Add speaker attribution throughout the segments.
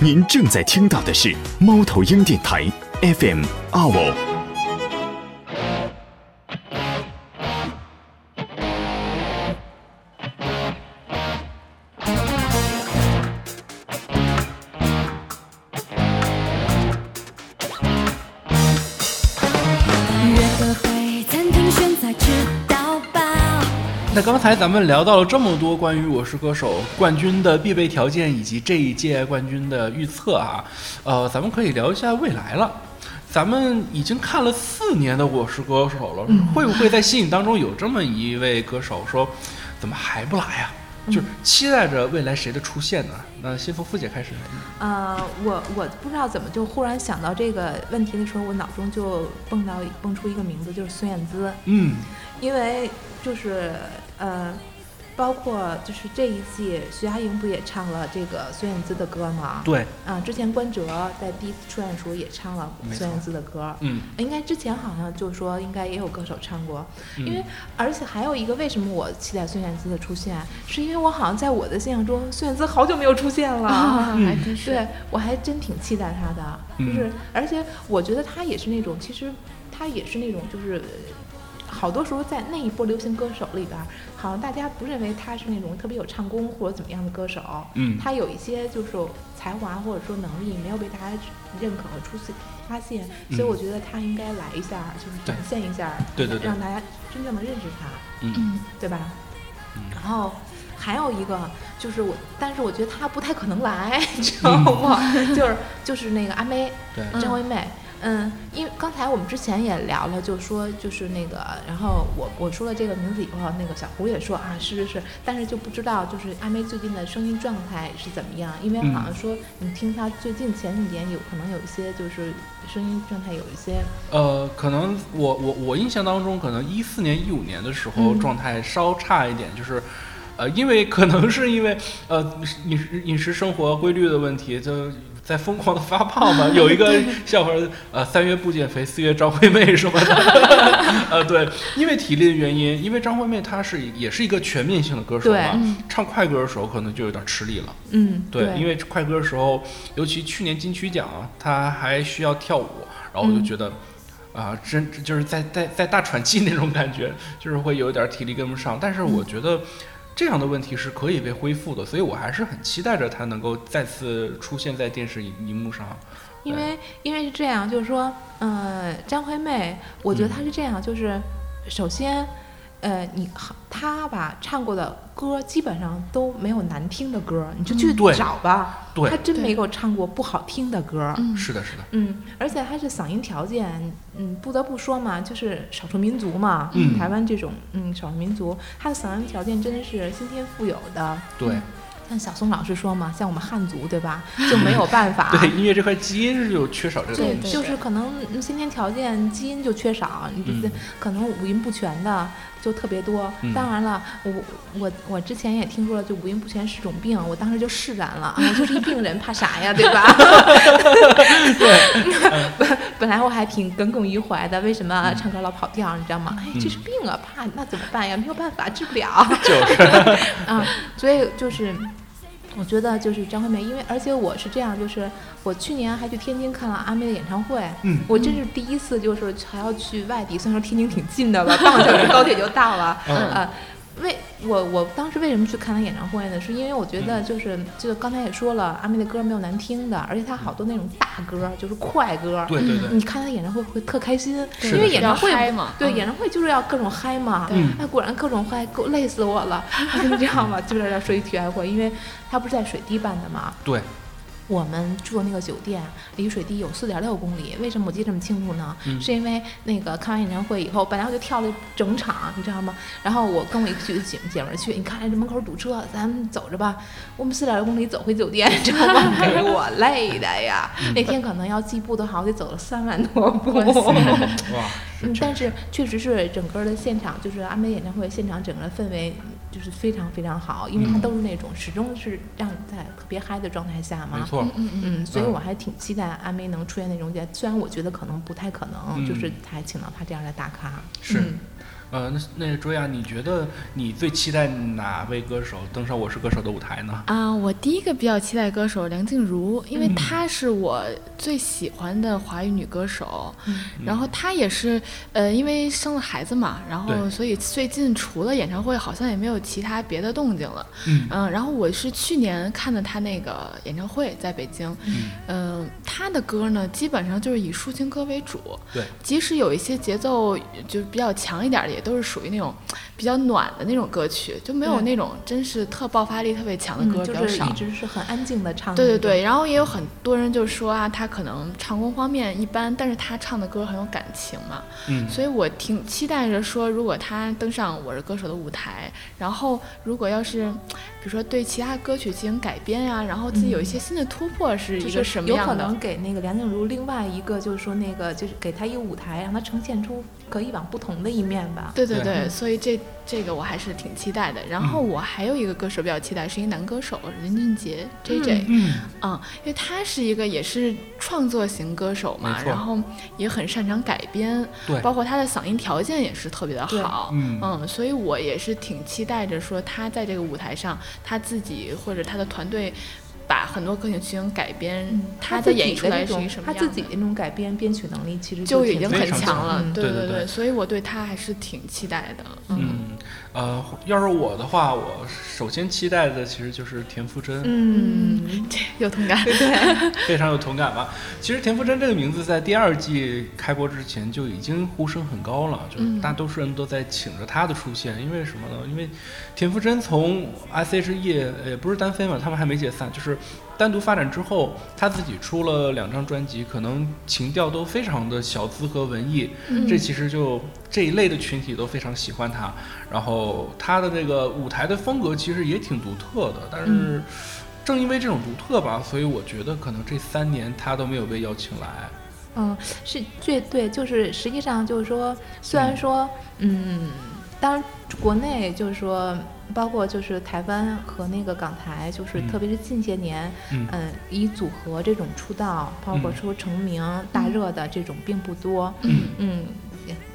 Speaker 1: 您正在听到的是猫头鹰电台 FM 二五。
Speaker 2: 约个会餐厅选菜吃到饱，
Speaker 3: 那刚才咱们聊到了这么多关于《我是歌手》冠军的必备条件，以及这一届冠军的预测啊，呃，咱们可以聊一下未来了。咱们已经看了四年的《我是歌手》了，会不会在心里当中有这么一位歌手说，怎么还不来呀、就是期待着未来谁的出现呢？那先从付姐开始，
Speaker 4: 呃，我我不知道怎么就忽然想到这个问题的时候，我脑中就蹦到蹦出一个名字，就是孙燕姿，
Speaker 3: 嗯
Speaker 4: 因为就是呃，包括就是这一季徐佳莹不也唱了这个孙燕姿的歌吗？
Speaker 3: 对，
Speaker 4: 啊、之前关喆在第一次出现的时候也唱了
Speaker 3: 没错
Speaker 4: 孙燕姿的歌，
Speaker 3: 嗯，
Speaker 4: 应该之前好像就说应该也有歌手唱过，
Speaker 3: 嗯
Speaker 4: 因为而且还有一个为什么我期待孙燕姿的出现，是因为我好像在我的印象中孙燕姿好久没有出现了。
Speaker 2: 啊，
Speaker 3: 嗯
Speaker 2: 还真是。
Speaker 4: 对我还真挺期待他的，就是、而且我觉得他也是那种，其实他也是那种，就是呃好多时候在那一波流行歌手里边儿，好像大家不认为他是那种特别有唱功或者怎么样的歌手，
Speaker 3: 嗯
Speaker 4: 他有一些就是才华或者说能力没有被大家认可和出现发现，所以我觉得他应该来一下，就是
Speaker 3: 嗯对
Speaker 4: 展现一下，
Speaker 3: 对对对
Speaker 4: 让大家真正的认识他。
Speaker 3: 嗯，
Speaker 4: 对吧？然后还有一个就是我，但是我觉得他不太可能来，你知道吗？ 就是就是那个阿妹
Speaker 3: 嗯对，
Speaker 4: 张惠妹。嗯，因为刚才我们之前也聊了，就说就是那个，然后我我说了这个名字以后，那个小胡也说啊，是是是，但是就不知道就是阿妹最近的声音状态是怎么样，因为
Speaker 3: 嗯
Speaker 4: 好像说你听她最近前几年有可能有一些就是声音状态有一些
Speaker 3: 呃，可能我我我印象当中，可能一四年一五年的时候
Speaker 4: 嗯
Speaker 3: 状态稍差一点，就是。呃，因为可能是因为呃饮食饮食生活规律的问题，就在疯狂的发胖嘛。有一个笑话，呃，三月不减肥，四月张惠妹什么的。 呃，对，因为体力的原因，因为张惠妹她是也是一个全面性的歌手
Speaker 4: 对
Speaker 3: 嘛，唱快歌的时候可能就有点吃力了。
Speaker 4: 嗯
Speaker 3: 对，因为快歌的时候，尤其去年金曲奖，他还需要跳舞，然后我就觉得，啊、真就是在在在大喘气那种感觉，就是会有点体力跟不上。但是我觉得这样的问题是可以被恢复的，所以我还是很期待着他能够再次出现在电视荧荧幕上。哎
Speaker 4: 因
Speaker 3: 对
Speaker 4: 为因为是这样，就是说，呃，张惠妹，我觉得
Speaker 3: 嗯
Speaker 4: 她是这样，就是首先，呃，你好她吧唱过的歌基本上都没有难听的歌，你就去
Speaker 3: 嗯对
Speaker 4: 找吧，
Speaker 3: 对
Speaker 4: 她真
Speaker 2: 对
Speaker 4: 没给我唱过不好听的歌。
Speaker 2: 嗯
Speaker 3: 是的，是的，
Speaker 4: 嗯，而且她是嗓音条件，嗯，不得不说嘛，就是少数民族嘛，
Speaker 3: 嗯
Speaker 4: 台湾这种，嗯，少数民族，她的嗓音条件真的是先天富有的。
Speaker 2: 嗯
Speaker 3: 对、。
Speaker 4: 像小宋老师说嘛，像我们汉族，对吧，就没有办法
Speaker 3: 对，音乐这块基因是有缺少这个
Speaker 4: 对，
Speaker 3: 东西。
Speaker 4: 就是可能嗯先天条件基因就缺少，你这、
Speaker 3: 嗯
Speaker 4: 可能五音不全的就特别多。
Speaker 3: 嗯
Speaker 4: 当然了，我我我之前也听说了，就五音不全是种病，我当时就释然了，啊，我就是一病人，怕啥呀，对吧？ 对，本来我还挺耿耿于怀的，为什
Speaker 3: 嗯
Speaker 4: 么唱歌老跑调，你知道吗？哎，这是病啊，怕那怎么办呀？没有办法，治不了。 啊，所以就是。我觉得就是张惠妹，因为而且我是这样，就是我去年还去天津看了阿妹的演唱会，
Speaker 3: 嗯
Speaker 4: 我这是第一次就是还要去外地，虽然说天津挺近的吧，半个小时 高铁就到了，
Speaker 3: 嗯
Speaker 4: 呃，为我我当时为什么去看她演唱会呢？是因为我觉
Speaker 3: 嗯
Speaker 4: 得就是、就刚才也说了，阿妹的歌没有难听的，而且她好多那种大歌就是快歌，
Speaker 3: 对嗯对对
Speaker 4: 你看她演唱会会特开心，
Speaker 3: 是的
Speaker 4: 因为演唱会
Speaker 2: 比较嗨嘛
Speaker 4: 对
Speaker 2: 嗯
Speaker 4: 演唱会就是要各种嗨嘛，
Speaker 2: 对
Speaker 3: 嗯
Speaker 4: 哎，果然各种坏，够累死我 了， 你知道吗？就是在水体爱会，因为它不是在水滴办的嘛。
Speaker 3: 对，
Speaker 4: 我们住的那个酒店啊离水滴有四点六公里，为什么我记得这么清楚呢？
Speaker 3: 嗯
Speaker 4: 是因为那个看完演唱会以后，本来我就跳了整场，你知道吗？然后我跟我一个姐姐姐们儿去，你看哎这门口堵车，咱们走着吧。我们四点六公里走回酒店，你知道 吗？给我累的呀！
Speaker 3: 嗯
Speaker 4: 那天可能要计步的话，我得走了三万 多步。
Speaker 3: 哇，
Speaker 4: 嗯，
Speaker 3: 这
Speaker 4: 但是确实是整个的现场，就是阿妹演唱会现场整个的氛围就是非常非常好，因为她
Speaker 3: 嗯
Speaker 4: 都是那种始终是让你在特别嗨的状态下
Speaker 3: 没
Speaker 4: 嘛。
Speaker 3: 错，
Speaker 4: 嗯，所以
Speaker 3: 嗯
Speaker 4: 我还挺期待阿妹能出现那种，虽然我觉得可能不太可能，
Speaker 3: 嗯
Speaker 4: 就是还请到她这样的大咖。
Speaker 3: 是
Speaker 4: 嗯
Speaker 3: 呃，那那卓雅，你觉得你最期待哪位歌手登上《我是歌手》的舞台呢？
Speaker 5: 啊、我第一个比较期待歌手梁静茹，因为
Speaker 3: 嗯
Speaker 5: 她是我最喜欢的华语女歌手。
Speaker 3: 嗯
Speaker 5: 然后她也是，呃，因为生了孩子嘛，然后
Speaker 3: 对
Speaker 5: 所以最近除了演唱会，好像也没有其他别的动静了。
Speaker 3: 嗯
Speaker 5: 嗯、然后我是去年看的她那个演唱会，在北京。嗯、她的歌呢，基本上就是以抒情歌为主。
Speaker 3: 对，
Speaker 5: 即使有一些节奏就是比较强一点儿的，也都是属于那种比较暖的那种歌曲，就没有
Speaker 4: 对
Speaker 5: 那种真是特爆发力特别强的歌
Speaker 4: 嗯，
Speaker 5: 比
Speaker 4: 就
Speaker 5: 较
Speaker 4: 是
Speaker 5: 少。
Speaker 4: 一直是很安静的唱。
Speaker 5: 对对对，，然后也有很多人就说啊，他可能唱功方面一般，但是他唱的歌很有感情嘛，
Speaker 3: 嗯，
Speaker 5: 所以我挺期待着说，如果他登上《我是歌手》的舞台，然后如果要是比如说对其他歌曲进行改编啊，然后自己有一些新的突破，是
Speaker 4: 嗯就
Speaker 5: 一
Speaker 4: 是
Speaker 5: 个什么
Speaker 4: 有可
Speaker 5: 样的？
Speaker 4: 能给那个梁静茹另外一个，就是说那个就是给她一个舞台，让她呈现出可以往不同的一面吧。
Speaker 5: 对对
Speaker 3: 对
Speaker 5: 对，所以这这个我还是挺期待的。然后我还有一个歌手比较期待，是一个男歌手林俊杰 J J，嗯因为他是一个也是创作型歌手嘛
Speaker 3: 没，错
Speaker 5: 然后也很擅长改编，
Speaker 3: 对
Speaker 5: 包括他的嗓音条件也是特别的好，
Speaker 3: 对嗯
Speaker 5: 所以我也是挺期待着说他在这个舞台上他自己或者他的团队。把很多歌曲进行改编，他
Speaker 4: 嗯自
Speaker 5: 的
Speaker 4: 己的
Speaker 5: 演绎出来
Speaker 4: 那
Speaker 5: 是一
Speaker 4: 种
Speaker 5: 什么
Speaker 4: 她
Speaker 5: 样的？
Speaker 4: 自己的那种改编编曲能力，其实
Speaker 5: 就
Speaker 4: 挺
Speaker 5: 已经
Speaker 3: 非
Speaker 5: 很
Speaker 3: 常
Speaker 5: 强
Speaker 3: 强
Speaker 5: 了，
Speaker 4: 嗯
Speaker 5: 对
Speaker 3: 对对
Speaker 5: 对，
Speaker 3: 对
Speaker 5: 所以我对他还是挺期待的。嗯，
Speaker 3: 嗯，呃，要是我的话，我首先期待的其实就是田馥甄，
Speaker 4: 嗯，
Speaker 5: 这有同感。
Speaker 3: 非常有同感吧。其实田馥甄这个名字在第二季开播之前就已经呼声很高了，就是大多数人都在请着她的出现，因为什么呢？因为田馥甄从 S.H.E 呃不是单飞嘛，他们还没解散，就是单独发展之后，她自己出了两张专辑，可能情调都非常的小资和文艺，这其实就这一类的群体都非常喜欢她。然后她的这个舞台的风格其实也挺独特的，但是正因为这种独特吧，所以我觉得可能这三年她都没有被邀请来。
Speaker 4: 嗯，是对对，就是实际上就是说，虽然说，嗯，当然国内就是说，包括就是台湾和那个港台，就是
Speaker 3: 嗯
Speaker 4: 特别是近些年，
Speaker 3: 嗯
Speaker 4: 以组合这种出道，包括说成名大热的这种并不多，
Speaker 3: 嗯
Speaker 4: 嗯。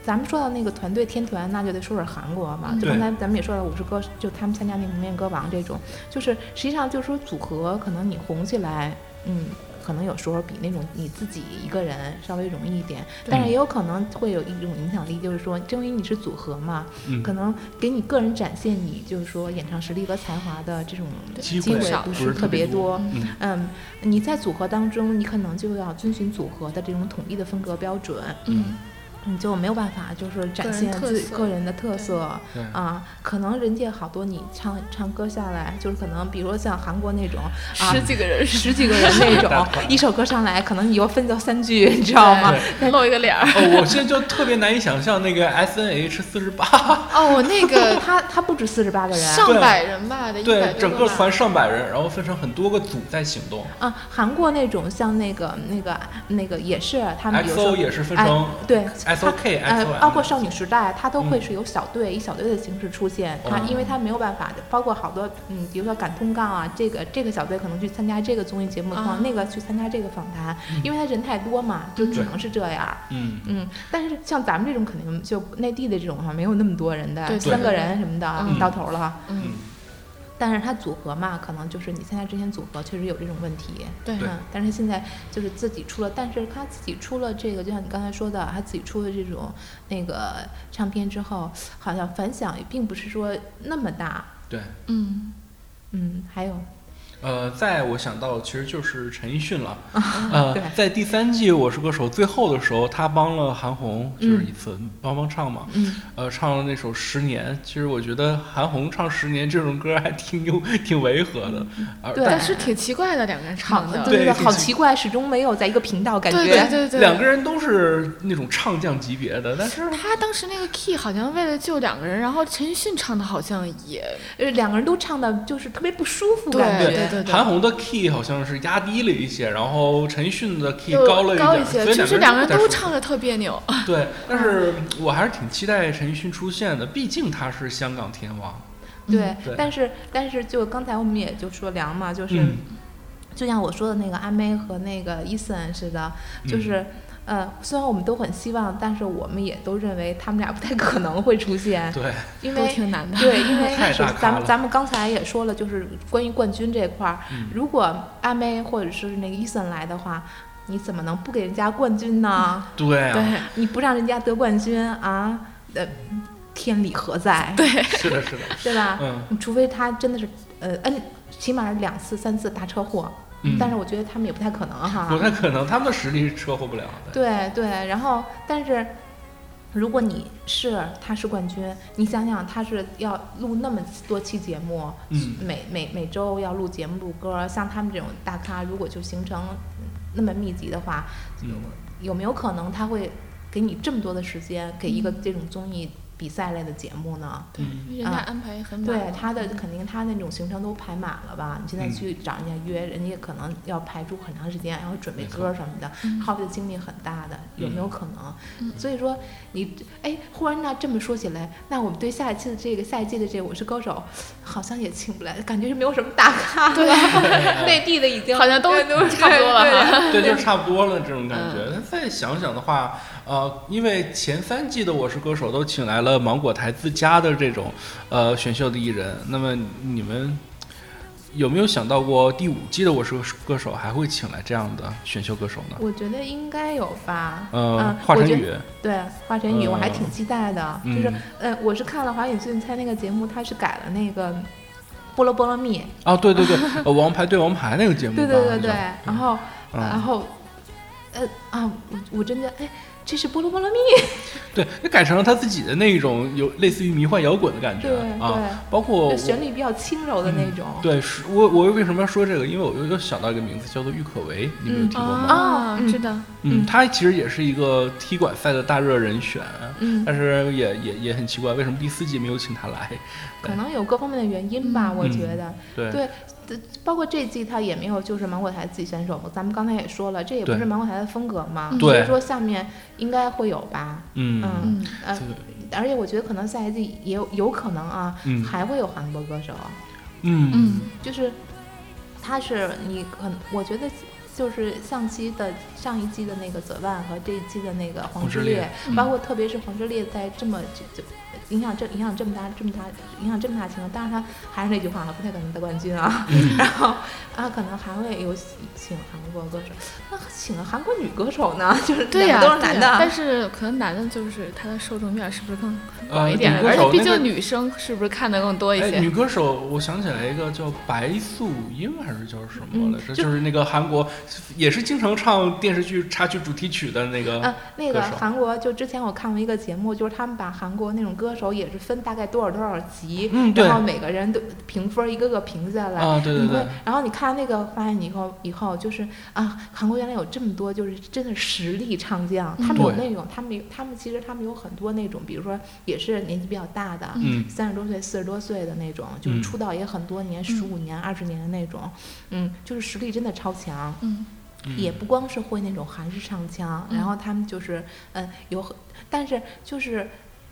Speaker 4: 咱们说到那个团队天团，那就得说说韩国嘛。就
Speaker 3: 对
Speaker 4: 刚才咱们也说了，五十歌就他们参加那个《蒙面歌王》这种，就是实际上就是说组合，可能你红起来，嗯，可能有时候比那种你自己一个人稍微容易一点，但是也有可能会有一种影响力，就是说，正因为你是组合嘛，
Speaker 3: 嗯
Speaker 4: 可能给你个人展现你就是说演唱实力和才华的这种
Speaker 3: 机
Speaker 4: 机
Speaker 3: 会
Speaker 4: 会
Speaker 3: 不
Speaker 4: 不
Speaker 3: 是
Speaker 4: 是
Speaker 3: 特
Speaker 4: 特
Speaker 3: 别
Speaker 4: 别
Speaker 3: 多
Speaker 4: 多。
Speaker 3: 嗯
Speaker 4: 嗯，你在组合当中，你可能就要遵循组合的这种统一的风格标准。
Speaker 5: 嗯，
Speaker 4: 你就没有办法，就是展现
Speaker 5: 个人特
Speaker 4: 自己
Speaker 5: 色
Speaker 4: 个人的特色
Speaker 3: 对
Speaker 4: 啊。可能人家好多你唱唱歌下来，就是可能比如说像韩国那种啊
Speaker 5: 十，几个人，
Speaker 4: 十几个 人那
Speaker 3: 大
Speaker 4: 种，
Speaker 3: 团
Speaker 4: 一首歌上来，可能你又分到三句，你知道吗？
Speaker 5: 露一个脸儿。
Speaker 3: 哦，我现在就特别难以想象那个 S N H 四十八，
Speaker 5: 哦，我 那个
Speaker 4: 他他不止四十八个人
Speaker 5: 上百人 吧的，
Speaker 3: 对，
Speaker 5: 100
Speaker 3: 整
Speaker 5: 多
Speaker 3: 个
Speaker 5: 吧
Speaker 3: 团上百人，然后分成很多个组在行动。
Speaker 4: 啊，韩国那种像那个那个那个也是，他们有时
Speaker 3: XO
Speaker 4: 候
Speaker 3: 也是分
Speaker 4: 哎
Speaker 3: 成
Speaker 4: 对
Speaker 3: SOK
Speaker 4: 它呃
Speaker 3: SOM
Speaker 4: 包括少女时代，它都会
Speaker 3: 嗯
Speaker 4: 是有小队以小队的形式出现。它
Speaker 3: 哦
Speaker 4: 因为它没有办法，包括好多嗯，比如说赶通告啊，这个这个小队可能去参加这个综艺节目的
Speaker 5: 啊
Speaker 4: 话，那个去参加这个访谈，因为他人太多嘛，就只能是这样。
Speaker 3: 嗯，
Speaker 4: 嗯，但是像咱们这种肯定就内地的这种哈，没有那么多人
Speaker 5: 对
Speaker 4: 的，三个人什么的
Speaker 5: 嗯
Speaker 4: 到头了。
Speaker 5: 嗯，
Speaker 4: 但是它组合嘛，可能就是你参加之前组合确实有这种问题。
Speaker 5: 对
Speaker 4: 嗯，但是现在就是自己出了，但是他自己出了这个，就像你刚才说的，他自己出了这种那个唱片之后，好像反响也并不是说那么大。
Speaker 3: 对。
Speaker 5: 嗯，
Speaker 4: 嗯，还有，
Speaker 3: 呃，在我想到其实就是陈奕迅了。 呃
Speaker 4: 啊对，
Speaker 3: 在第三季《我是歌手》最后的时候，他帮了韩红，就是一次帮帮唱嘛。
Speaker 4: 嗯，
Speaker 3: 呃，唱了那首《十年》，其实我觉得韩红唱《十年》这种歌还挺有挺违和的。而
Speaker 4: 嗯对
Speaker 5: 但
Speaker 3: 但
Speaker 5: 是挺奇怪的，两个人唱的，
Speaker 3: 对
Speaker 4: 对对，
Speaker 3: 挺
Speaker 4: 好
Speaker 3: 奇
Speaker 4: 奇怪，始终没有在一个频道，感觉
Speaker 5: 对对对对，
Speaker 3: 两个。人都是那种唱将级别的，但是
Speaker 5: 他当时那个 key 好像为了救两个人，然后陈奕迅唱的好像也
Speaker 4: 呃两个人都唱的就是特别不舒服，
Speaker 5: 对
Speaker 4: 感觉。
Speaker 5: 对对对
Speaker 3: 韩红的 key 好像是压低了一些，然后陈奕迅的 key
Speaker 5: 就
Speaker 3: 高了
Speaker 5: 高
Speaker 3: 点，所以
Speaker 5: 些，就是
Speaker 3: 两
Speaker 5: 两个人
Speaker 3: 不太
Speaker 5: 都
Speaker 3: 舒服
Speaker 5: 唱着嗯特别扭。
Speaker 3: 对，但是我还是挺期待陈奕迅出现的，毕竟他是香港天王。
Speaker 4: 对
Speaker 3: 嗯对，
Speaker 4: 但是但是就刚才我们也就说梁嘛，就是、
Speaker 3: 嗯嗯
Speaker 4: 就像我说的那个阿妹和那个伊森似的，就是。呃，虽然我们都很希望，但是我们也都认为他们俩不太可能会出现，
Speaker 3: 对，
Speaker 4: 因
Speaker 5: 都
Speaker 4: 为
Speaker 5: 挺难的。
Speaker 4: 对，因 为
Speaker 3: 太
Speaker 4: 是
Speaker 3: 大咖
Speaker 4: 咱们
Speaker 3: 了
Speaker 4: 咱们刚才也说了，就是关于冠军这一块儿，
Speaker 3: 嗯
Speaker 4: 如果阿妹或者是那个伊森来的话，你怎么能不给人家冠军呢？
Speaker 3: 对啊，
Speaker 5: 对，
Speaker 4: 你不让人家得冠军啊？呃，天理何在？对
Speaker 3: 是的，是的，
Speaker 4: 对吧？
Speaker 3: 嗯
Speaker 4: 除非他真的是呃嗯，起码是两次三次大车祸，
Speaker 3: 嗯
Speaker 4: 但是我觉得他们也不太可能
Speaker 5: 啊
Speaker 4: 哈。
Speaker 3: 不太可能，他们的实力是车祸不了的。
Speaker 4: 对对，然后但是如果你是他是冠军，你想想他是要录那么多期节目，
Speaker 3: 嗯
Speaker 4: 每每每周要录节目录歌儿，像他们这种大咖，如果就形成那么密集的话，
Speaker 3: 嗯
Speaker 4: 有没有可能他会给你这么多的时间给一个这种综艺比赛类的节目呢？
Speaker 3: 嗯
Speaker 5: 人家安排也很满。
Speaker 4: 对他的肯定他那种行程都排满了吧？你现在
Speaker 3: 嗯
Speaker 4: 去找人家约，人家也可能要排出很长时间，然后准备
Speaker 3: 没错嗯
Speaker 4: 歌什么的，耗费的精力很大的，有没有可能？所以说你哎，忽然那这么说起来，那我们对下一期的这个下一季的这个《我是歌手》好像也请不来，感觉是没有什么大 咖了，内地的已经
Speaker 5: 好像都
Speaker 4: 对对
Speaker 5: 差不多了
Speaker 4: 对对 对
Speaker 3: 对，就差不多了这种感
Speaker 4: 嗯
Speaker 3: 觉。那再想想的话，呃，因为前三季的《我是歌手》都请来了芒果台自家的这种呃选秀的艺人，那么你们有没有想到过第五季的《我是歌手》还会请来这样的选秀歌手呢？
Speaker 4: 我觉得应该有吧。
Speaker 3: 呃
Speaker 4: 嗯，，
Speaker 3: 华
Speaker 4: 我
Speaker 3: 晨
Speaker 4: 觉
Speaker 3: 宇，
Speaker 4: 对华晨宇，我还
Speaker 3: 嗯
Speaker 4: 挺期待的。就是
Speaker 3: 嗯，
Speaker 4: 呃，我是看了华语最近猜那个节目，他是改了那个菠萝菠萝蜜，
Speaker 3: 啊，对对对，呃，王牌对王牌那个节目吧，
Speaker 4: 对对对
Speaker 3: 好
Speaker 4: 对
Speaker 3: 像，
Speaker 4: 然后
Speaker 3: 嗯
Speaker 4: 然后，呃啊，我我真的哎，这是菠萝菠萝蜜，
Speaker 3: 对，就改成了他自己的那种有类似于迷幻摇滚的感觉
Speaker 4: 对对
Speaker 3: 啊，包 括我嗯
Speaker 4: 就旋律比较轻柔的那种。
Speaker 3: 对，是我我为什么要说这个？因为我又又想到一个名字叫做郁可唯，你们有
Speaker 4: 嗯
Speaker 3: 听过吗？
Speaker 5: 啊
Speaker 4: 啊，嗯
Speaker 5: 知道。
Speaker 3: 嗯，他其实也是一个踢馆赛的大热人选，
Speaker 4: 嗯
Speaker 3: 但是也也也很奇怪，为什么第四季没有请他来？
Speaker 4: 可能有各方面的原因吧，我觉得。
Speaker 3: 嗯对
Speaker 4: 对，这包括这季他也没有就是芒果台自己选手嘛，咱们刚才也说了，这也不
Speaker 3: 对
Speaker 4: 是芒果台的风格嘛，
Speaker 5: 嗯
Speaker 4: 所以
Speaker 3: 对
Speaker 4: 说下面应该会有吧。
Speaker 3: 嗯
Speaker 4: 嗯
Speaker 5: 嗯，
Speaker 4: 呃，而且我觉得可能下一季也有有可能啊，
Speaker 3: 嗯
Speaker 4: 还会有韩国歌手，
Speaker 3: 嗯
Speaker 5: 嗯，
Speaker 4: 就是他是你可能我觉得就是上期的上一季的那个泽万和这一季的那个黄
Speaker 3: 黄嗯
Speaker 4: 致
Speaker 3: 致
Speaker 4: 列
Speaker 3: 列，
Speaker 4: 包括特别是黄致列在这么就就。影响这影响这么大这么大影响这么大情况，当然他还是那句话了，不太可能得冠军啊。
Speaker 3: 嗯
Speaker 4: 然后啊，可能还会有请韩国歌手，那请韩国女歌手呢？ 就是
Speaker 5: 对
Speaker 4: 两
Speaker 5: 呀、
Speaker 4: 个都是
Speaker 5: 对
Speaker 4: 男
Speaker 5: 呀
Speaker 4: 的，啊
Speaker 5: 但是可能男的就是他的受众面是不是更
Speaker 3: 呃，
Speaker 5: 广一点？
Speaker 3: 女歌
Speaker 5: 而
Speaker 3: 手
Speaker 5: 且毕
Speaker 3: 那个
Speaker 5: 竟女生是不是看的更多一
Speaker 3: 哎，
Speaker 5: 些？
Speaker 3: 女歌手，我想起来一个叫白素英还是叫什么
Speaker 4: 嗯
Speaker 3: 来着？
Speaker 4: 就
Speaker 3: 就是那个韩国，也是经常唱电视剧插曲主题曲的那个
Speaker 4: 啊，那个
Speaker 3: 歌手
Speaker 4: 韩国就之前我看过一个节目，就是他们把韩国那种歌手也是分大概多少多少集，
Speaker 3: 嗯对
Speaker 4: 然后每个人都评分一个个评下来。
Speaker 3: 啊，对对
Speaker 4: 你
Speaker 3: 对
Speaker 4: 会，，然后你看那个，发现以后以后就是啊，韩国原来有这么多，就是真的实力唱将，他们有
Speaker 3: 嗯对
Speaker 4: 那种，他们有他们其实他们有很多那种，比如说也是年纪比较大的，
Speaker 3: 嗯
Speaker 4: 三十多岁、四十多岁的那种，就是
Speaker 3: 嗯
Speaker 4: 出道也很多年，十五、年、二十年的那种，嗯，就是实力真的超强，
Speaker 5: 嗯，
Speaker 3: 嗯
Speaker 4: 也不光是会那种韩式唱腔，
Speaker 5: 嗯
Speaker 4: 然后他们就是嗯有很，但是就是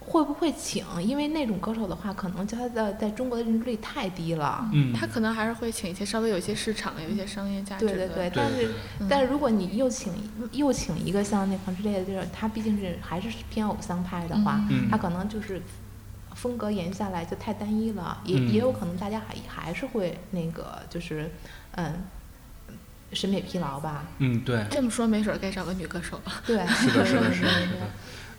Speaker 4: 会不会请？因为那种歌手的话，可能他的在中国的认知率太低了。
Speaker 3: 嗯，
Speaker 5: 他可能还是会请一些稍微有一些市场、有一些商业价值
Speaker 4: 对
Speaker 5: 的。
Speaker 4: 对对，
Speaker 3: 对
Speaker 4: 但
Speaker 3: 对
Speaker 4: 是
Speaker 3: 对
Speaker 4: 嗯但是如果你又请又请一个像那黄之类的，就是他毕竟是还是偏偶像派的话，
Speaker 3: 嗯
Speaker 4: 他可能就是风格沿下来就太单一了，也、
Speaker 3: 嗯
Speaker 4: 也有可能大家还还是会那个就是嗯审美疲劳吧。
Speaker 3: 嗯，对，
Speaker 5: 这么说没准儿该找个女歌手了。
Speaker 4: 对，
Speaker 3: 是 的，是的，是的，
Speaker 4: 对
Speaker 3: 是
Speaker 4: 对
Speaker 3: 的，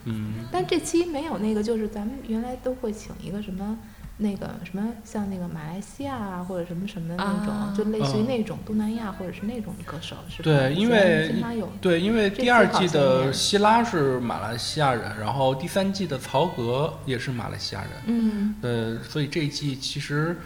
Speaker 3: 嗯，
Speaker 4: 但这期没有那个，就是咱们原来都会请一个什么。那个什么，像那个马来西亚啊，或者什么什么的那种，
Speaker 5: 啊
Speaker 4: 就类似于
Speaker 3: 嗯
Speaker 4: 那种东南亚或者是那种歌手，是吧？
Speaker 3: 对，因
Speaker 4: 现在
Speaker 3: 为
Speaker 4: 经常有
Speaker 3: 对，因为
Speaker 4: 这
Speaker 3: 第二
Speaker 4: 次好
Speaker 3: 季
Speaker 4: 像
Speaker 3: 的
Speaker 4: 也
Speaker 3: 希拉是马来西亚人，然后第三季的曹格也是马来西亚人。
Speaker 4: 嗯，
Speaker 3: 呃，所以这一季其实，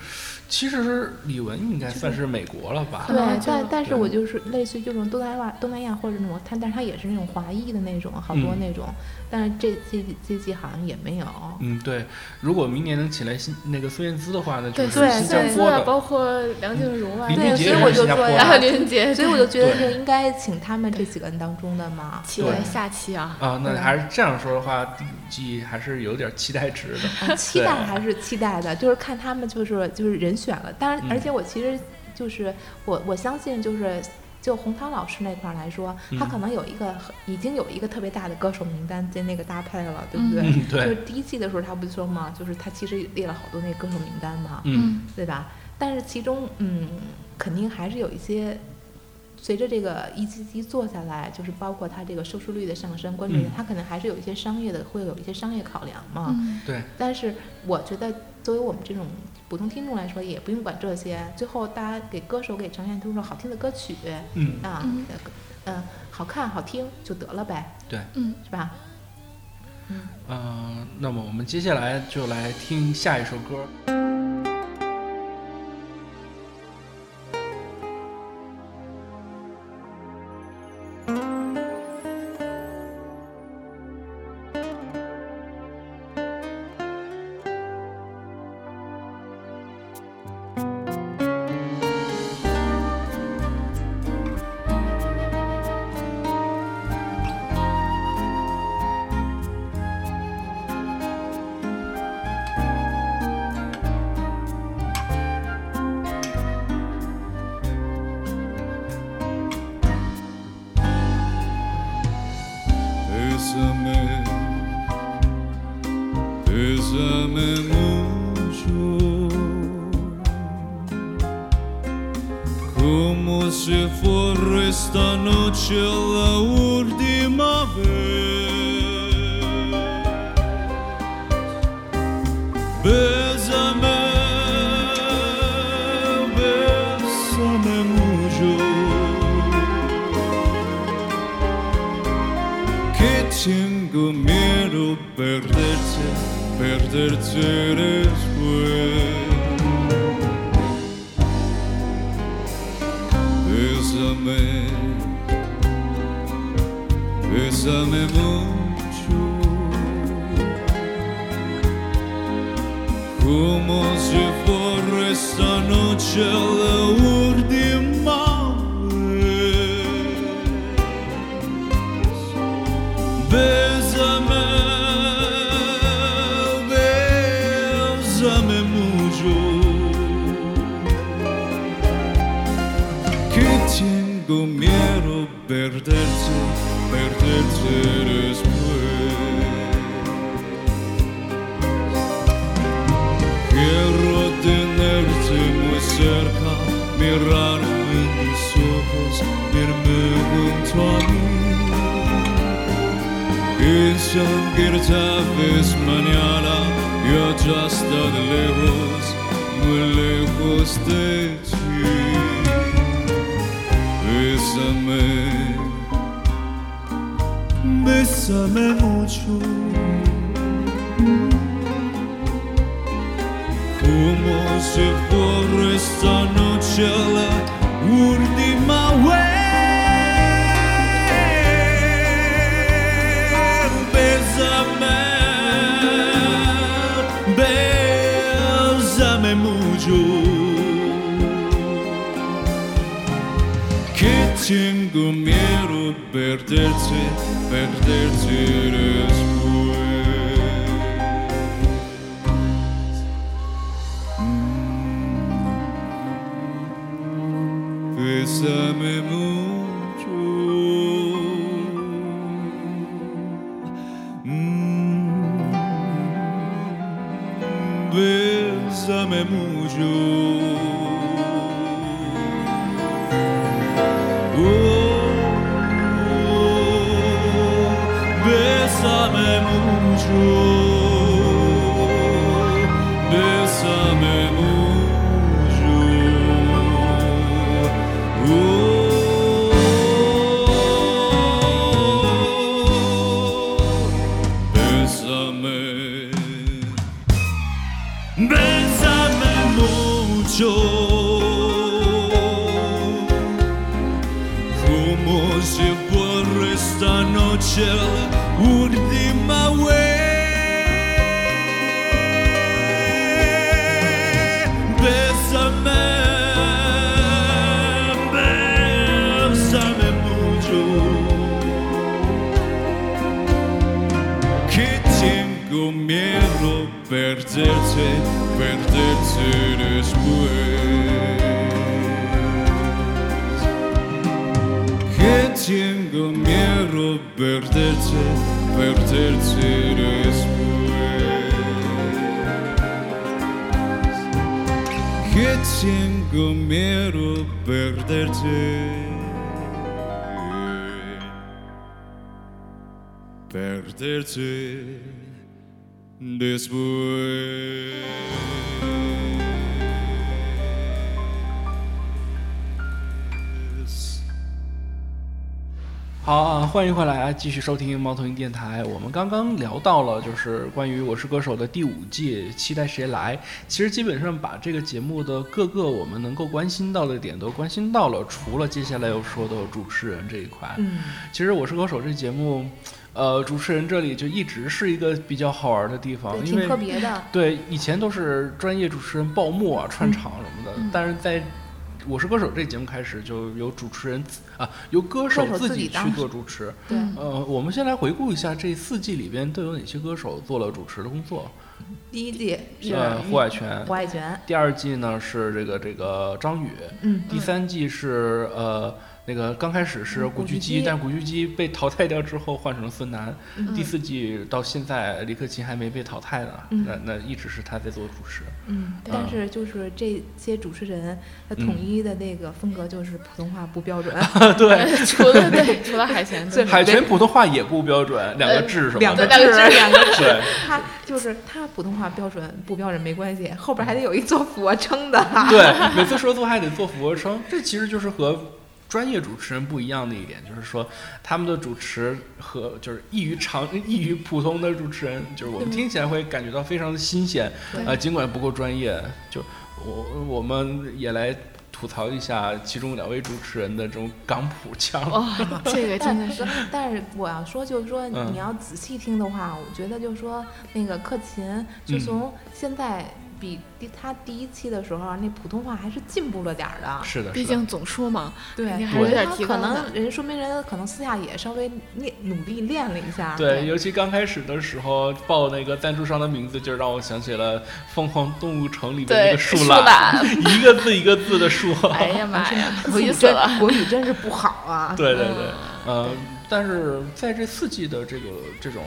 Speaker 3: 其实李玟应该算是美国了吧
Speaker 5: 可？能
Speaker 4: 对
Speaker 5: 就，
Speaker 4: 但但是
Speaker 3: 对
Speaker 4: 我就是类似于这种东南亚、东南亚或者那种，他但是他也是那种华裔的那种，好多
Speaker 3: 嗯
Speaker 4: 那种，但是这这这季好像也没有。
Speaker 3: 嗯，对。如果明年能请来新那个孙燕姿的话呢，就
Speaker 5: 对，
Speaker 3: 是
Speaker 5: 孙
Speaker 4: 对
Speaker 3: 新
Speaker 5: 孙
Speaker 3: 加
Speaker 5: 燕姿
Speaker 3: 坡
Speaker 5: 啊，
Speaker 3: 的。
Speaker 5: 包括梁静茹啊，
Speaker 3: 林
Speaker 4: 对
Speaker 3: 俊杰
Speaker 4: 所以
Speaker 3: 也
Speaker 4: 我
Speaker 3: 是
Speaker 4: 就
Speaker 3: 新加
Speaker 4: 说
Speaker 3: 坡
Speaker 5: 然后
Speaker 3: 的
Speaker 5: 林俊杰，
Speaker 4: 所以我就觉得
Speaker 3: 对
Speaker 4: 就应该请他们这几个人当中的嘛。
Speaker 5: 期待下期啊。
Speaker 3: 啊，那还是这样说的话，第五季还是有点期待值的。
Speaker 4: 啊， 期
Speaker 3: 对
Speaker 4: 待还是期待的，就是看他们就是就是人选了。当然，
Speaker 3: 嗯
Speaker 4: 而且我其实就是我我相信就是就洪涛老师那块儿来说，
Speaker 3: 嗯
Speaker 4: 他可能有一个很已经有一个特别大的歌手名单在那个搭配了，对不对？
Speaker 3: 嗯对
Speaker 4: 就是第一季的时候，他不就说嘛，就是他其实列了好多那个歌手名单嘛，
Speaker 3: 嗯，
Speaker 4: 对吧？但是其中，嗯，肯定还是有一些，随着这个一季季做下来，就是包括它这个收视率的上升，关注点
Speaker 3: 嗯，
Speaker 4: 它可能还是有一些商业的，会有一些商业考量嘛。
Speaker 5: 嗯
Speaker 3: 对，
Speaker 4: 但是我觉得，作为我们这种普通听众来说，也不用管这些。最后，大家给歌手给呈现出一首好听的歌曲，
Speaker 3: 嗯，
Speaker 4: 啊，
Speaker 5: 嗯
Speaker 4: 呃嗯、好看好听就得了呗，
Speaker 3: 对，
Speaker 5: 嗯
Speaker 4: 是吧？
Speaker 3: 嗯，那么我们接下来就来听下一首歌。
Speaker 6: Pésame, pésame mucho, como si fuera esta noche la última vez. Bésame, bésame mucho. que tengo miedo perderte, perderte después. Bésame, bésame mucho, como si fuera esta noche la última vez. Bésame, bésame mucho. Que tengo miedo perderte, perderte después. Quiero tenerte muy cerca, mirarme en mis ojos, mirarme junto a mí. Piensan que sabes mañana yo ya estoy lejos, muy lejos de ti. Bésame, bésame mucho. Como si fuera esta noche la última vez. Bésame, bésame mucho. Que tengo miedo perderte, perderte después. Bésame mucho. Mm. Bésame mucho. Oh, bésame mucho. Bésame mucho. Bésame, bésame mucho, como si fuera esta noche la última vez. Bésame, bésame mucho. Que tengo miedo perderte, perderte después. tengo miedo perderte, perderte después. Que tengo miedo perderte. Perderte después.
Speaker 3: 好啊，欢迎回来啊！继续收听猫头鹰电台。我们刚刚聊到了，就是关于《我是歌手》的第五季，期待谁来。其实基本上把这个节目的各个我们能够关心到的点都关心到了，除了接下来要说的主持人这一块。
Speaker 4: 嗯，
Speaker 3: 其实《我是歌手》这节目，呃，主持人这里就一直是一个比较好玩的地方，
Speaker 4: 对，
Speaker 3: 因
Speaker 4: 挺
Speaker 3: 为
Speaker 4: 特别的。
Speaker 3: 对，以前都是专业主持人报幕啊、串场什么的，但是在《我是歌手》这节目开始，就由主持人自啊，由歌手
Speaker 4: 歌手
Speaker 3: 自
Speaker 4: 自己当
Speaker 3: 去做主持。
Speaker 4: 对，
Speaker 3: 呃，我们先来回顾一下这四季里边都有哪些歌手做了主持的工作。
Speaker 4: 第一季是
Speaker 3: 呃，胡海泉
Speaker 4: 胡。海泉，
Speaker 3: 第二季呢是这个这个张宇，
Speaker 4: 嗯，
Speaker 3: 第三季是呃那个刚开始是古巨
Speaker 4: 古巨
Speaker 3: 基，
Speaker 4: 基
Speaker 3: 但古巨基被淘汰掉之后换成了孙楠。第四季到现在李克勤还没被淘汰呢，那那一直是他在做主持。
Speaker 4: 嗯，但是就是这些主持人，他统一的那个风格就是普通话不标准，
Speaker 3: 对，
Speaker 5: 除了对，除了海鲜， 对
Speaker 3: 海泉普通话也不标准，两个字什么的。
Speaker 4: 两
Speaker 5: 对
Speaker 4: 个
Speaker 5: 那
Speaker 4: 字
Speaker 5: 个
Speaker 4: 儿
Speaker 5: 是两个
Speaker 3: 对，
Speaker 4: 他就是他普通话标准不标准没关系，后边还得有一做俯卧撑 的。
Speaker 3: 对，每次说错还得做俯卧撑，这其实就是和专业主持人不一样的一点，就是说他们的主持和就是异于常异于普通的主持人，就是我们听起来会感觉到非常的新鲜，啊，尽管不够专业，就我我们也来吐槽一下其中两位主持人的这种港普腔。
Speaker 5: 哇，这个哎真的是
Speaker 4: 但但是我要说，就是说
Speaker 3: 嗯
Speaker 4: 你要仔细听的话，我觉得就是说那个克勤是
Speaker 3: 嗯
Speaker 4: 从现在比第他第一期的时候，那普通话还是进步了点儿的。
Speaker 3: 是的，
Speaker 5: 毕
Speaker 3: 是的。
Speaker 5: 竟总说嘛，
Speaker 4: 对
Speaker 5: 肯定还是有点
Speaker 4: 他
Speaker 5: 提
Speaker 4: 可
Speaker 5: 高的
Speaker 4: 能。人说明人可能私下也稍微练努力练了一
Speaker 5: 啊
Speaker 4: 下。
Speaker 3: 对，尤其刚开始的时候报那个赞助商的名字，就让我想起了《疯狂动物城》里边那
Speaker 5: 对
Speaker 3: 个树
Speaker 5: 树
Speaker 3: 懒，
Speaker 5: 懒
Speaker 3: 一个字一个字的说。
Speaker 5: 哎呀 妈呀，
Speaker 4: 国
Speaker 5: 急
Speaker 4: 语
Speaker 5: 死
Speaker 4: 真
Speaker 5: 了。
Speaker 4: 国语真是不好 啊。
Speaker 3: 对对对，
Speaker 5: 嗯
Speaker 3: 呃，但是在这四季的这个这种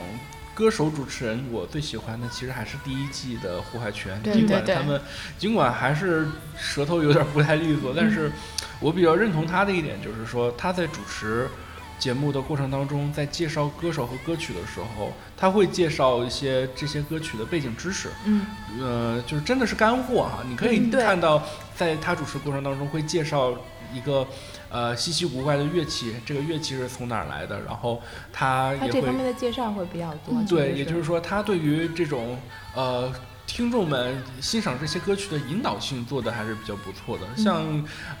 Speaker 3: 歌手主持人，我最喜欢的其实还是第一季的胡海泉，
Speaker 5: 对
Speaker 3: 尽管
Speaker 5: 对对
Speaker 3: 他们尽管还是舌头有点不太利索，但
Speaker 5: 嗯
Speaker 3: 是我比较认同他的一点就是说他在主持。节目的过程当中，在介绍歌手和歌曲的时候，他会介绍一些这些歌曲的背景知识，
Speaker 4: 嗯，
Speaker 3: 呃，就是真的是干货哈、你可以
Speaker 4: 嗯对
Speaker 3: 看到，在他主持过程当中会介绍一个呃稀奇古怪的乐器，这个乐器是从哪儿来的，然后他
Speaker 4: 他
Speaker 3: 也
Speaker 4: 这
Speaker 3: 会
Speaker 4: 方面的介绍会比较多。
Speaker 5: 嗯
Speaker 4: 其
Speaker 3: 对，
Speaker 4: 实
Speaker 3: 嗯也就是说他对于这种呃。听众们欣赏这些歌曲的引导性做的还是比较不错的，像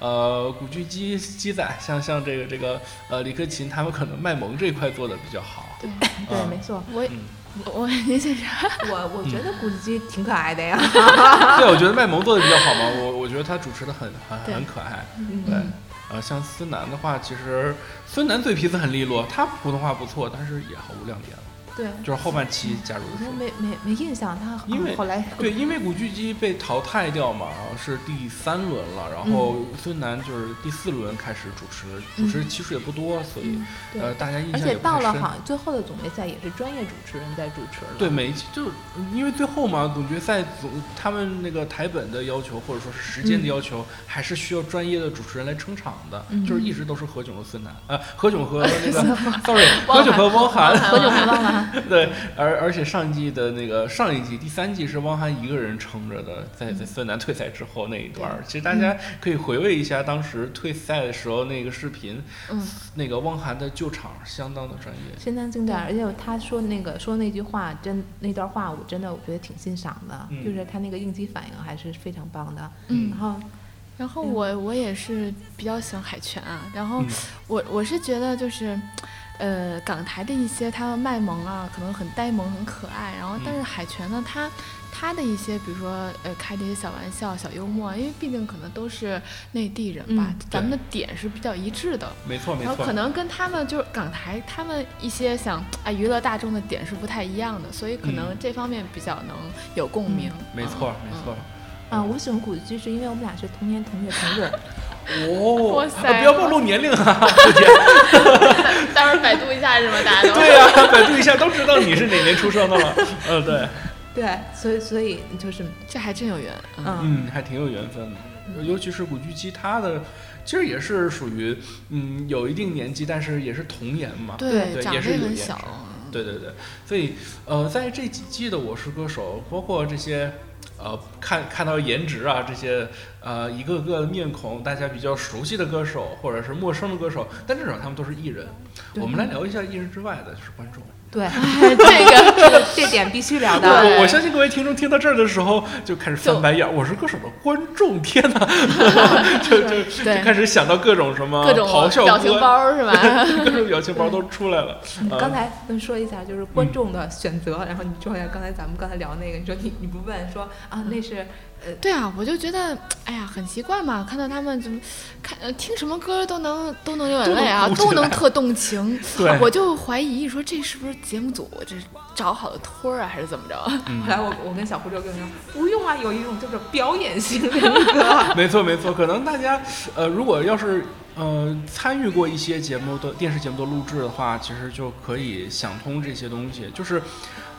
Speaker 3: 呃古巨基、基仔，像像这个这个呃李克勤，他们可能卖萌这一块做的比较好。对，
Speaker 4: 对，没 错。
Speaker 5: 我
Speaker 3: 嗯
Speaker 5: 我 您先说，
Speaker 4: 我我觉得古巨基挺可爱的 呀。
Speaker 3: 对，我觉得卖萌做的比较好嘛，我我觉得他主持的很很
Speaker 5: 对
Speaker 3: 很可爱，
Speaker 4: 嗯
Speaker 3: 对。呃，像孙楠的话，其实孙楠嘴皮子很利落，他普通话不错，但是也毫无亮点了。
Speaker 4: 对，
Speaker 3: 就是后半期加入
Speaker 4: 我
Speaker 3: 的时
Speaker 4: 都
Speaker 3: 候，
Speaker 4: 没没没印象他好
Speaker 3: 因为
Speaker 4: 后来
Speaker 3: 对，因为古巨基被淘汰掉嘛，然后是第三轮了，然后
Speaker 4: 嗯
Speaker 3: 孙楠就是第四轮开始主持，主持期数也不多，所以
Speaker 4: 对
Speaker 3: 呃大家印
Speaker 4: 嗯而
Speaker 3: 象也
Speaker 4: 且
Speaker 3: 不
Speaker 4: 到
Speaker 3: 太
Speaker 4: 了
Speaker 3: 深。
Speaker 4: 好像最后的总决赛也是专业主持人在主持了。
Speaker 3: 对，每一期就因为最后嘛，总决赛总他们那个台本的要求或者说是时间的要求，还是需要专业的主持人来撑场的，就是一直都是何炅和孙楠，呃，何炅和那个，sorry，何炅 和汪涵，
Speaker 4: 何炅和汪涵，
Speaker 3: 对，而而且上一季的那个上一季第三季是汪涵一个人撑着的，在在孙楠退赛之后那一段儿，其实大家可以回味一下当时退赛的时候那个视频，
Speaker 5: 嗯，
Speaker 3: 那个汪涵的救场相当的专业，
Speaker 4: 相当经典。而且他说那个说那句话，真那段话，我真的我觉得挺欣赏的，
Speaker 3: 嗯
Speaker 4: 就是他那个应激反应还是非常棒的。
Speaker 5: 嗯
Speaker 4: 然后
Speaker 5: 然后我我也是比较喜欢海泉啊，然后
Speaker 3: 嗯
Speaker 5: 我我是觉得就是，呃，港台的一些他们卖萌啊，可能很呆萌、很可爱，然后但是
Speaker 3: 嗯
Speaker 5: 海泉呢，他他的一些比如说呃开的一些小玩笑、小幽默，因为毕竟可能都是内地人吧，
Speaker 4: 嗯
Speaker 5: 咱们的点是比较一致的，
Speaker 3: 没错没
Speaker 5: 然后
Speaker 3: 错
Speaker 5: 可，能跟他们就是港台他们一些想啊娱乐大众的点是不太一样的，所以可能
Speaker 3: 嗯
Speaker 5: 这方面比较能有共鸣。
Speaker 3: 没错没错。
Speaker 4: 啊，我喜欢古巨基是因为我们 俩是同年同月同日，
Speaker 3: 哦，
Speaker 5: 哇塞
Speaker 3: 啊 不要暴露年龄啊！啊百度一下都知道你是哪年出生的了。呃，对，
Speaker 4: 对，所以所以就是
Speaker 5: 这还真有缘。嗯
Speaker 4: 嗯，
Speaker 3: 嗯，还挺有缘分的，尤其是古巨基，他的其实也是属于嗯有一定年纪，但是也是童颜嘛，对，
Speaker 5: 长
Speaker 3: 也
Speaker 5: 得
Speaker 3: 是
Speaker 5: 也
Speaker 3: 有颜值
Speaker 5: 很小。。 啊
Speaker 3: 对对对，所以呃，在这几季的《我是歌手》，包括这些呃，看看到颜值啊，这些呃，一个个面孔，大家比较熟悉的歌手或者是陌生的歌手，但至少他们都是艺人。我们来聊一下艺人之外的，就是观众。
Speaker 4: 对，
Speaker 5: 这个
Speaker 4: 这点必须聊到。
Speaker 3: 我我相信各位听众听到这儿的时候就开始翻白眼儿，我是歌手的观众，天 哪，就就就
Speaker 5: 对
Speaker 3: 开始想到各种什么
Speaker 5: 各种
Speaker 3: 咆哮
Speaker 5: 表
Speaker 3: 歌
Speaker 5: 情包，儿是吧？嗯
Speaker 3: 各种表情包都出来了。啊
Speaker 4: 刚才能说一下，就是
Speaker 3: 嗯
Speaker 4: 观众的选择，然后你说一下刚才咱们刚才聊那个，你说你你不问说啊那是
Speaker 5: 对啊，我就觉得，哎呀，很奇怪嘛，看到他们怎么看呃听什么歌都能都能流眼泪啊
Speaker 3: 都能，哭起
Speaker 5: 都能
Speaker 3: 来。
Speaker 5: 特动情
Speaker 3: 对
Speaker 5: 我就怀疑说这是不是节目组这是找好的托儿啊，还是怎么着？
Speaker 3: 嗯
Speaker 4: 后来我我跟小胡就跟他说不用啊，有一种就是表演型人 格，
Speaker 3: 没错没错，可能大家呃，如果要是呃参与过一些节目的电视节目的录制的话，其实就可以想通这些东西，就是。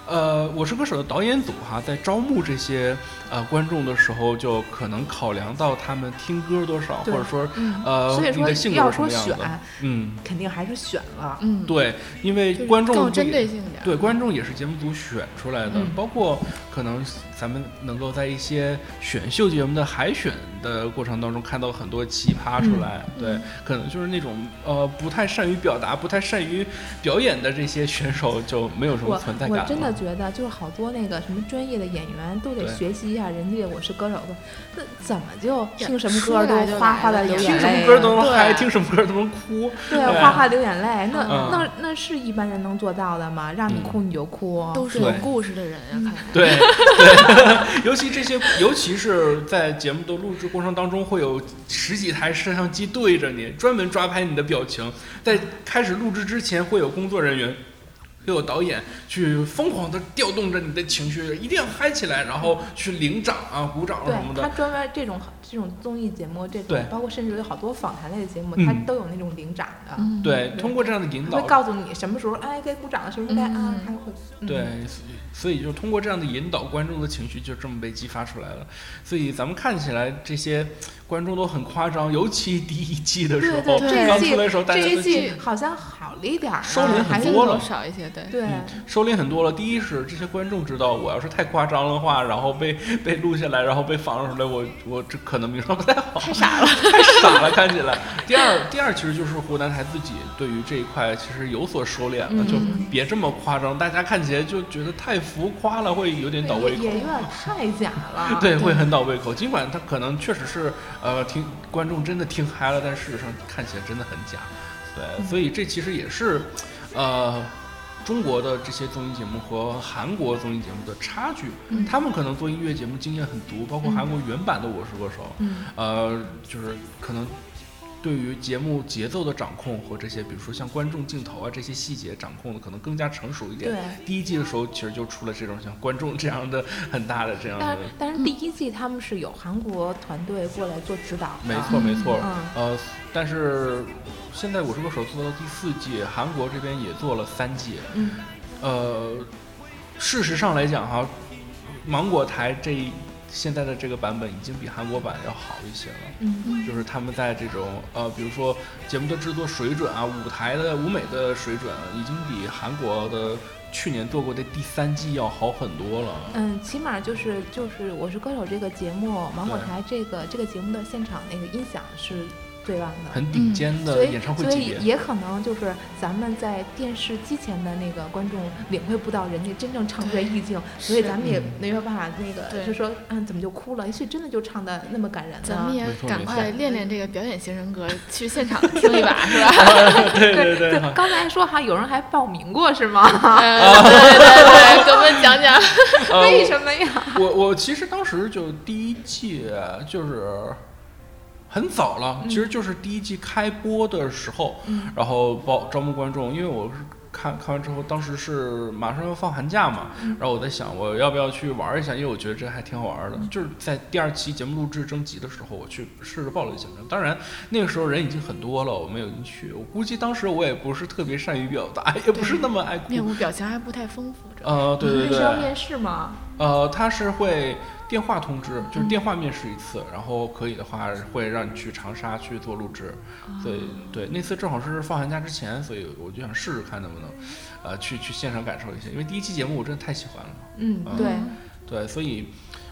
Speaker 3: 呃，我是歌手的导演组哈，在招募这些呃观众的时候，就可能考量到他们听歌多少，或
Speaker 4: 对
Speaker 3: 者说、呃
Speaker 4: 所以
Speaker 3: 你
Speaker 4: 说
Speaker 3: 的性格是
Speaker 4: 要
Speaker 3: 什
Speaker 4: 说
Speaker 3: 么样
Speaker 4: 选
Speaker 3: 的，，嗯，
Speaker 4: 肯定还是选了。
Speaker 5: 嗯，
Speaker 3: 对，因为
Speaker 5: 就是
Speaker 3: 观众
Speaker 5: 更有
Speaker 3: 会
Speaker 5: 针对性点儿。
Speaker 3: 对，观众也是节目组选出来的，
Speaker 4: 嗯
Speaker 3: 包括可能咱们能够在一些选秀节目的海选的过程当中看到很多奇葩出来，
Speaker 4: 嗯
Speaker 3: 对，可能就是那种呃不太善于表达、不太善于表演的这些选手就没有什么
Speaker 4: 我
Speaker 3: 存在
Speaker 4: 我
Speaker 3: 感了。啊嗯
Speaker 4: 真的觉得，就是好多那个什么专业的演员都得
Speaker 3: 对
Speaker 4: 学习一下人家《我是歌手》的，那怎么就
Speaker 5: 呀
Speaker 4: 听什么
Speaker 5: 出
Speaker 4: 歌
Speaker 5: 来
Speaker 4: 都
Speaker 5: 就
Speaker 4: 哗
Speaker 5: 来
Speaker 4: 哗的
Speaker 5: 了
Speaker 4: 流
Speaker 5: 听
Speaker 4: 眼
Speaker 3: 听
Speaker 4: 泪啊？
Speaker 3: 什么歌都能嗨，
Speaker 5: 对
Speaker 3: 听什么歌都能哭，
Speaker 4: 对啊，哗哗流眼泪，那、
Speaker 3: 嗯
Speaker 4: 那那是一般人能做到的吗？让你哭你就哭，
Speaker 5: 都是有
Speaker 3: 对嗯
Speaker 5: 故事的人呀、啊看来。
Speaker 3: 对对， 尤其这些，尤其是在节目的录制过程当中，会有十几台摄像机对着你，专门抓拍你的表情。在开始录制之前，会有工作人员。会有导演去疯狂的调动着你的情绪，一定要嗨起来，然后去领掌啊、鼓掌
Speaker 4: 对
Speaker 3: 什么的。
Speaker 4: 他专门这种这种综艺节目，这种
Speaker 3: 对
Speaker 4: 包括甚至有好多访谈类的节目，
Speaker 3: 嗯
Speaker 4: 他都有那种领掌的，
Speaker 5: 嗯，
Speaker 3: 对，通过这样的引
Speaker 4: 他
Speaker 3: 导
Speaker 4: 会，告诉你什么时候哎该鼓掌了，什么时候该、啊
Speaker 5: 嗯
Speaker 4: 还会、嗯、
Speaker 3: 对，所以所以就通过这样的引导，观众的情绪就这么被激发出来了。所以咱们看起来这些观众都很夸张，尤其第一季的时
Speaker 4: 对
Speaker 3: 候，
Speaker 4: 对，
Speaker 5: 对
Speaker 3: 刚
Speaker 4: 这一
Speaker 3: 出来的时候，
Speaker 4: 季
Speaker 3: 大
Speaker 4: 这
Speaker 3: 家
Speaker 4: 一
Speaker 3: 都
Speaker 4: 季好像好了一点儿啊，
Speaker 3: 收敛很
Speaker 4: 还是
Speaker 5: 镜
Speaker 3: 多
Speaker 5: 头
Speaker 3: 了
Speaker 5: 少一些，对。
Speaker 4: 对。
Speaker 3: 嗯，收敛很多了。第一是这些观众知道，我要是太夸张的话，然后被被录下来，然后被放出来，我我这可能名声不太好，太傻了， 太傻了，看起来。第二，第二其实就是湖南台自己对于这一块其实有所收敛了，就
Speaker 4: 嗯
Speaker 3: 别这么夸张，大家看起来就觉得太浮夸了，会有点倒
Speaker 4: 也
Speaker 3: 胃口。，
Speaker 4: 也有点太假了
Speaker 3: 对，会很倒胃口。尽管他可能确实是，呃，听观众真的听嗨了，但事实上看起来真的很假。
Speaker 4: 嗯
Speaker 3: 对，所以这其实也是，呃，中国的这些综艺节目和韩国综艺节目的差距。
Speaker 4: 嗯
Speaker 3: 他们可能做音乐节目经验很足，包括韩国原版的《我是歌手》，
Speaker 4: 嗯
Speaker 3: 呃，就是可能对于节目节奏的掌控和这些，比如说像观众镜头啊这些细节掌控的可能更加成熟一点。
Speaker 4: 对
Speaker 3: 第一季的时候其实就出了这种像观众这样的很大的这样
Speaker 4: 但
Speaker 3: 的
Speaker 4: 是。但是第一季他们是有韩国团队过来做指导的，
Speaker 3: 没错，没错。
Speaker 4: 嗯
Speaker 3: 呃，但是现在《我是歌手》做到第四季，韩国这边也做了三季。
Speaker 4: 嗯。
Speaker 3: 呃，事实上来讲哈，芒果台这一现在的这个版本已经比韩国版要好一些了。
Speaker 4: 嗯，
Speaker 3: 就是他们在这种呃，比如说节目的制作水准啊、舞台的舞美的水准，已经比韩国的去年做过的第三季要好很多了。
Speaker 4: 嗯，起码就是就是《我是歌手》这个节目，芒果
Speaker 3: 对
Speaker 4: 台这个这个节目的现场那个音响是最棒的，
Speaker 3: 很顶尖
Speaker 4: 嗯所
Speaker 3: 的
Speaker 4: 以
Speaker 3: 演唱会
Speaker 4: 所
Speaker 3: 级
Speaker 4: 以
Speaker 3: 别，
Speaker 4: 也可能就是咱们在电视机前的那个观众领会不到人家真正唱出来意境，所以
Speaker 5: 是
Speaker 4: 咱们也
Speaker 3: 嗯
Speaker 4: 没有办法那个
Speaker 5: 对
Speaker 4: 就说嗯怎么就哭了，也许真的就唱的那么感人
Speaker 5: 咱
Speaker 4: 呢。
Speaker 5: 们也
Speaker 3: 啊没错
Speaker 5: 赶
Speaker 3: 没
Speaker 5: 快
Speaker 3: 错
Speaker 5: 练练这个表演型人格，去现 场听一把，是吧？
Speaker 3: 对 对对，好
Speaker 4: 刚才说哈，有人还报名过是
Speaker 3: 啊
Speaker 4: 吗？
Speaker 5: 呃 对对对，给我们讲讲。
Speaker 3: 呃
Speaker 4: 为
Speaker 3: 我
Speaker 4: 什么呀？
Speaker 3: 我我其实当时就第一季就是很早了，其实就是第一季开播的时候，然后报招募观众，因为我是看看完之后，当时是马上要放寒假嘛，然后我在想我要不要去玩一下，因为我觉得这还挺好玩的。就是在第二期节目录制征集的时候，我去试着报了一下。当然那个时候人已经很多了，我没有进去。我估计当时我也不是特别善于表达，也不是那么爱哭。
Speaker 5: 面无表情还不太丰富着。
Speaker 3: 呃，对对
Speaker 4: 那
Speaker 3: 对。
Speaker 4: 是要面试吗？
Speaker 3: 呃，他是会电话通知，就是电话面试一次，然后可以的话会让你去长沙去做录制，
Speaker 4: 啊
Speaker 3: 所以对那次正好是放寒假之前，所以我就想试试看能不能，呃，去去现场感受一下，因为第一期节目我真的太喜欢了，
Speaker 4: 嗯，
Speaker 3: 嗯
Speaker 4: 对，
Speaker 3: 对，所以《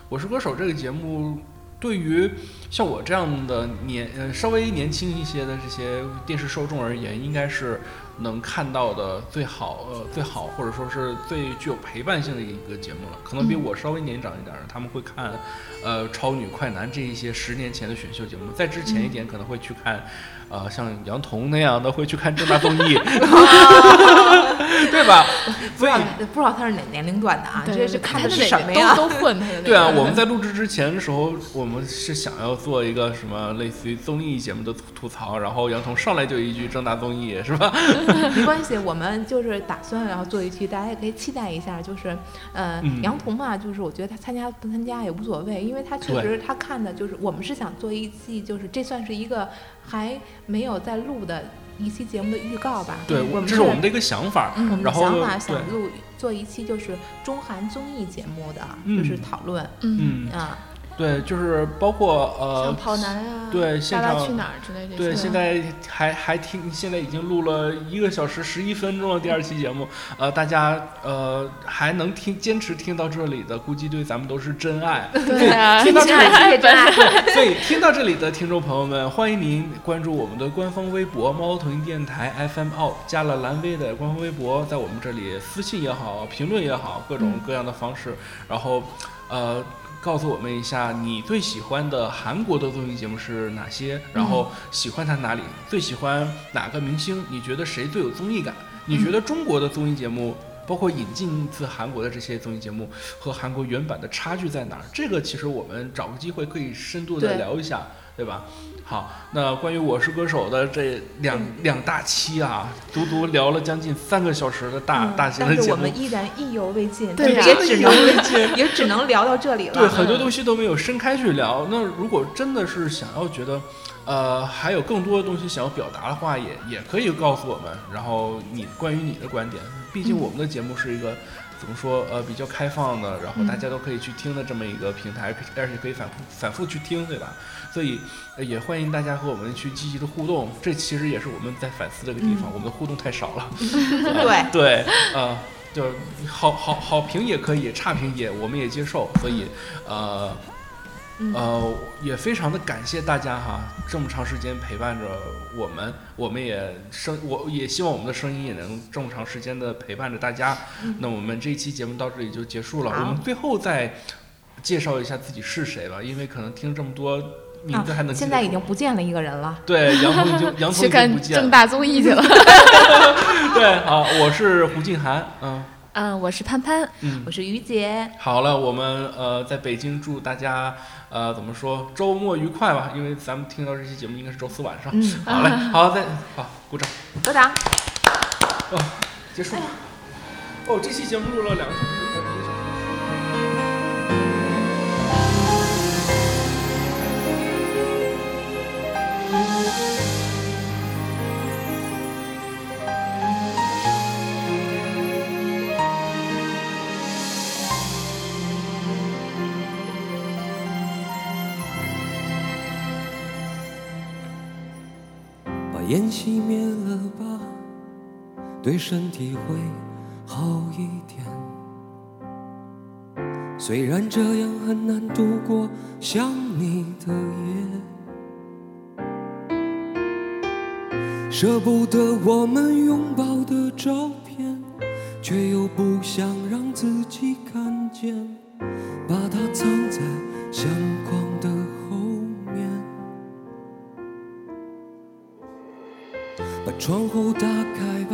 Speaker 3: 我是歌手》这个节目对于像我这样的年呃稍微年轻一些的这些电视受众而言，应该是能看到的最好呃最好或者说是最具有陪伴性的一个节目了。可能比我稍微年长一点儿的，他们会看呃《超女》《快男》这一些十年前的选秀节目，在之前一点可能会去看。呃，像杨彤那样的会去看正大综艺， 对吧？所以
Speaker 4: 不知道他是哪年龄段的啊？
Speaker 5: 嗯对
Speaker 4: 这
Speaker 5: 对
Speaker 4: 是
Speaker 5: 对
Speaker 4: 看
Speaker 5: 他
Speaker 4: 的
Speaker 5: 的
Speaker 4: 是
Speaker 5: 哪
Speaker 4: 什
Speaker 5: 个
Speaker 4: 么呀？
Speaker 5: 都都混他的那个。
Speaker 3: 对啊，我们在录制之前的时候，我们是想要做一个什么类似于综艺节目的吐吐槽，然后杨彤上来就一句正大综艺是吧？
Speaker 4: 没关系，我们就是打算然后做一期，大家也可以期待一下。就是，呃，
Speaker 3: 嗯
Speaker 4: 杨彤嘛，就是我觉得他参加不参加也无所谓，因为他确实他看的就是我们是想做一期，就是这算是一个还没有在录的一期节目的预告吧。
Speaker 3: 对，
Speaker 4: 我们
Speaker 3: 这是我们的一个想法。
Speaker 4: 嗯我们的
Speaker 3: 然后
Speaker 4: 想法
Speaker 3: 对
Speaker 4: 想，录做一期就是中韩综艺节目的，
Speaker 3: 嗯
Speaker 4: 就是讨论
Speaker 5: 嗯，
Speaker 3: 嗯，
Speaker 4: 啊，
Speaker 3: 对，就是包括
Speaker 5: 像
Speaker 3: 呃，
Speaker 5: 跑男啊，
Speaker 3: 对现
Speaker 5: 爸爸
Speaker 3: 场
Speaker 5: 去哪儿之类这些。
Speaker 3: 对，现在还还听，现在已经录了一个小时十一分钟的第二期节目，呃，大家呃还能听坚持听到这里的，估计对咱们都是真爱。
Speaker 5: 对啊，
Speaker 3: 听到这里
Speaker 4: 谢谢真 爱。
Speaker 3: 所以听到这里的听众朋友们，欢迎您关注我们的官方微博“猫头鹰电台 FM 澳”，加了蓝 V 的官方微博，在我们这里私信也好，评论也好，各种各样的方式，然后呃。告诉我们一下你最喜欢的韩国的综艺节目是哪些，然后喜欢它哪里，最喜欢哪个明星？你觉得谁最有综艺感？你觉得中国的综艺节目，包括引进自韩国的这些综艺节目，和韩国原版的差距在哪儿？这个其实我们找个机会可以深度的
Speaker 4: 对
Speaker 3: 聊一下，对吧？好，那关于《我是歌手》的这两、
Speaker 4: 嗯
Speaker 3: 两大期啊，足足聊了将近三个小时的大、
Speaker 4: 嗯
Speaker 3: 啊大型的
Speaker 4: 但是
Speaker 3: 节
Speaker 4: 我
Speaker 3: 目
Speaker 4: 们，依然意犹未尽，
Speaker 5: 对
Speaker 4: 就
Speaker 5: 呀
Speaker 4: 也只能也只能聊到这里了。
Speaker 3: 对很多
Speaker 4: 嗯
Speaker 3: 东西都没有深开去聊。那如果真的是想要觉得，呃，还有更多的东西想要表达的话，也也可以告诉我们，然后你关于你的观点，毕
Speaker 4: 嗯
Speaker 3: 竟我们的节目是一个。怎么说？呃，比较开放的，然
Speaker 4: 嗯
Speaker 3: 后大家都可以去听的这么一个平台，而且可以反复反复去听，对吧？所以、呃也欢迎大家和我们去积极的互动。这其实也是我们在反思的一个地
Speaker 4: 嗯
Speaker 3: 方，我们的互动太少了。
Speaker 4: 对，
Speaker 3: 对，呃，就是好好好评也可以，差评也我们也接受，所以呃
Speaker 4: 嗯
Speaker 3: 呃也非常的感谢大家哈，这么长时间陪伴着我们，我们也声我也希望我们的声音也能这么长时间的陪伴着大家。那我们这一期节目到这里就结束了，
Speaker 4: 嗯好
Speaker 3: 我们最后再介绍一下自己是谁吧，因为可能听这么多名字还能
Speaker 4: 啊
Speaker 3: 记
Speaker 4: 现
Speaker 3: 得
Speaker 4: 在
Speaker 3: 住
Speaker 4: 已经不见了一个人了。
Speaker 3: 对杨鹏已 经杨鹏
Speaker 5: 去
Speaker 3: 已经不
Speaker 5: 看
Speaker 3: 见
Speaker 5: 正
Speaker 3: 了，
Speaker 5: 大综艺去了。
Speaker 3: 对好，我是胡静涵，嗯
Speaker 5: 嗯，我是潘潘，
Speaker 3: 嗯
Speaker 4: 我。是于杰，
Speaker 3: 好了，我们呃在北京祝大家呃怎么说周末愉快吧，因为咱们听到这期节目应该是周四晚上。
Speaker 4: 嗯
Speaker 3: 好嘞，好再好鼓掌，
Speaker 4: 鼓掌。
Speaker 3: 结束。哦，这期节目录了两个小时，快一个小时。
Speaker 7: 把烟熄灭了吧，对身体会好一点。虽然这样很难度过想你的夜，舍不得我们拥抱的照片，却又不想让自己看见，把它藏在相框的后面。把窗户打开吧，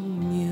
Speaker 7: 念。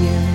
Speaker 7: 念。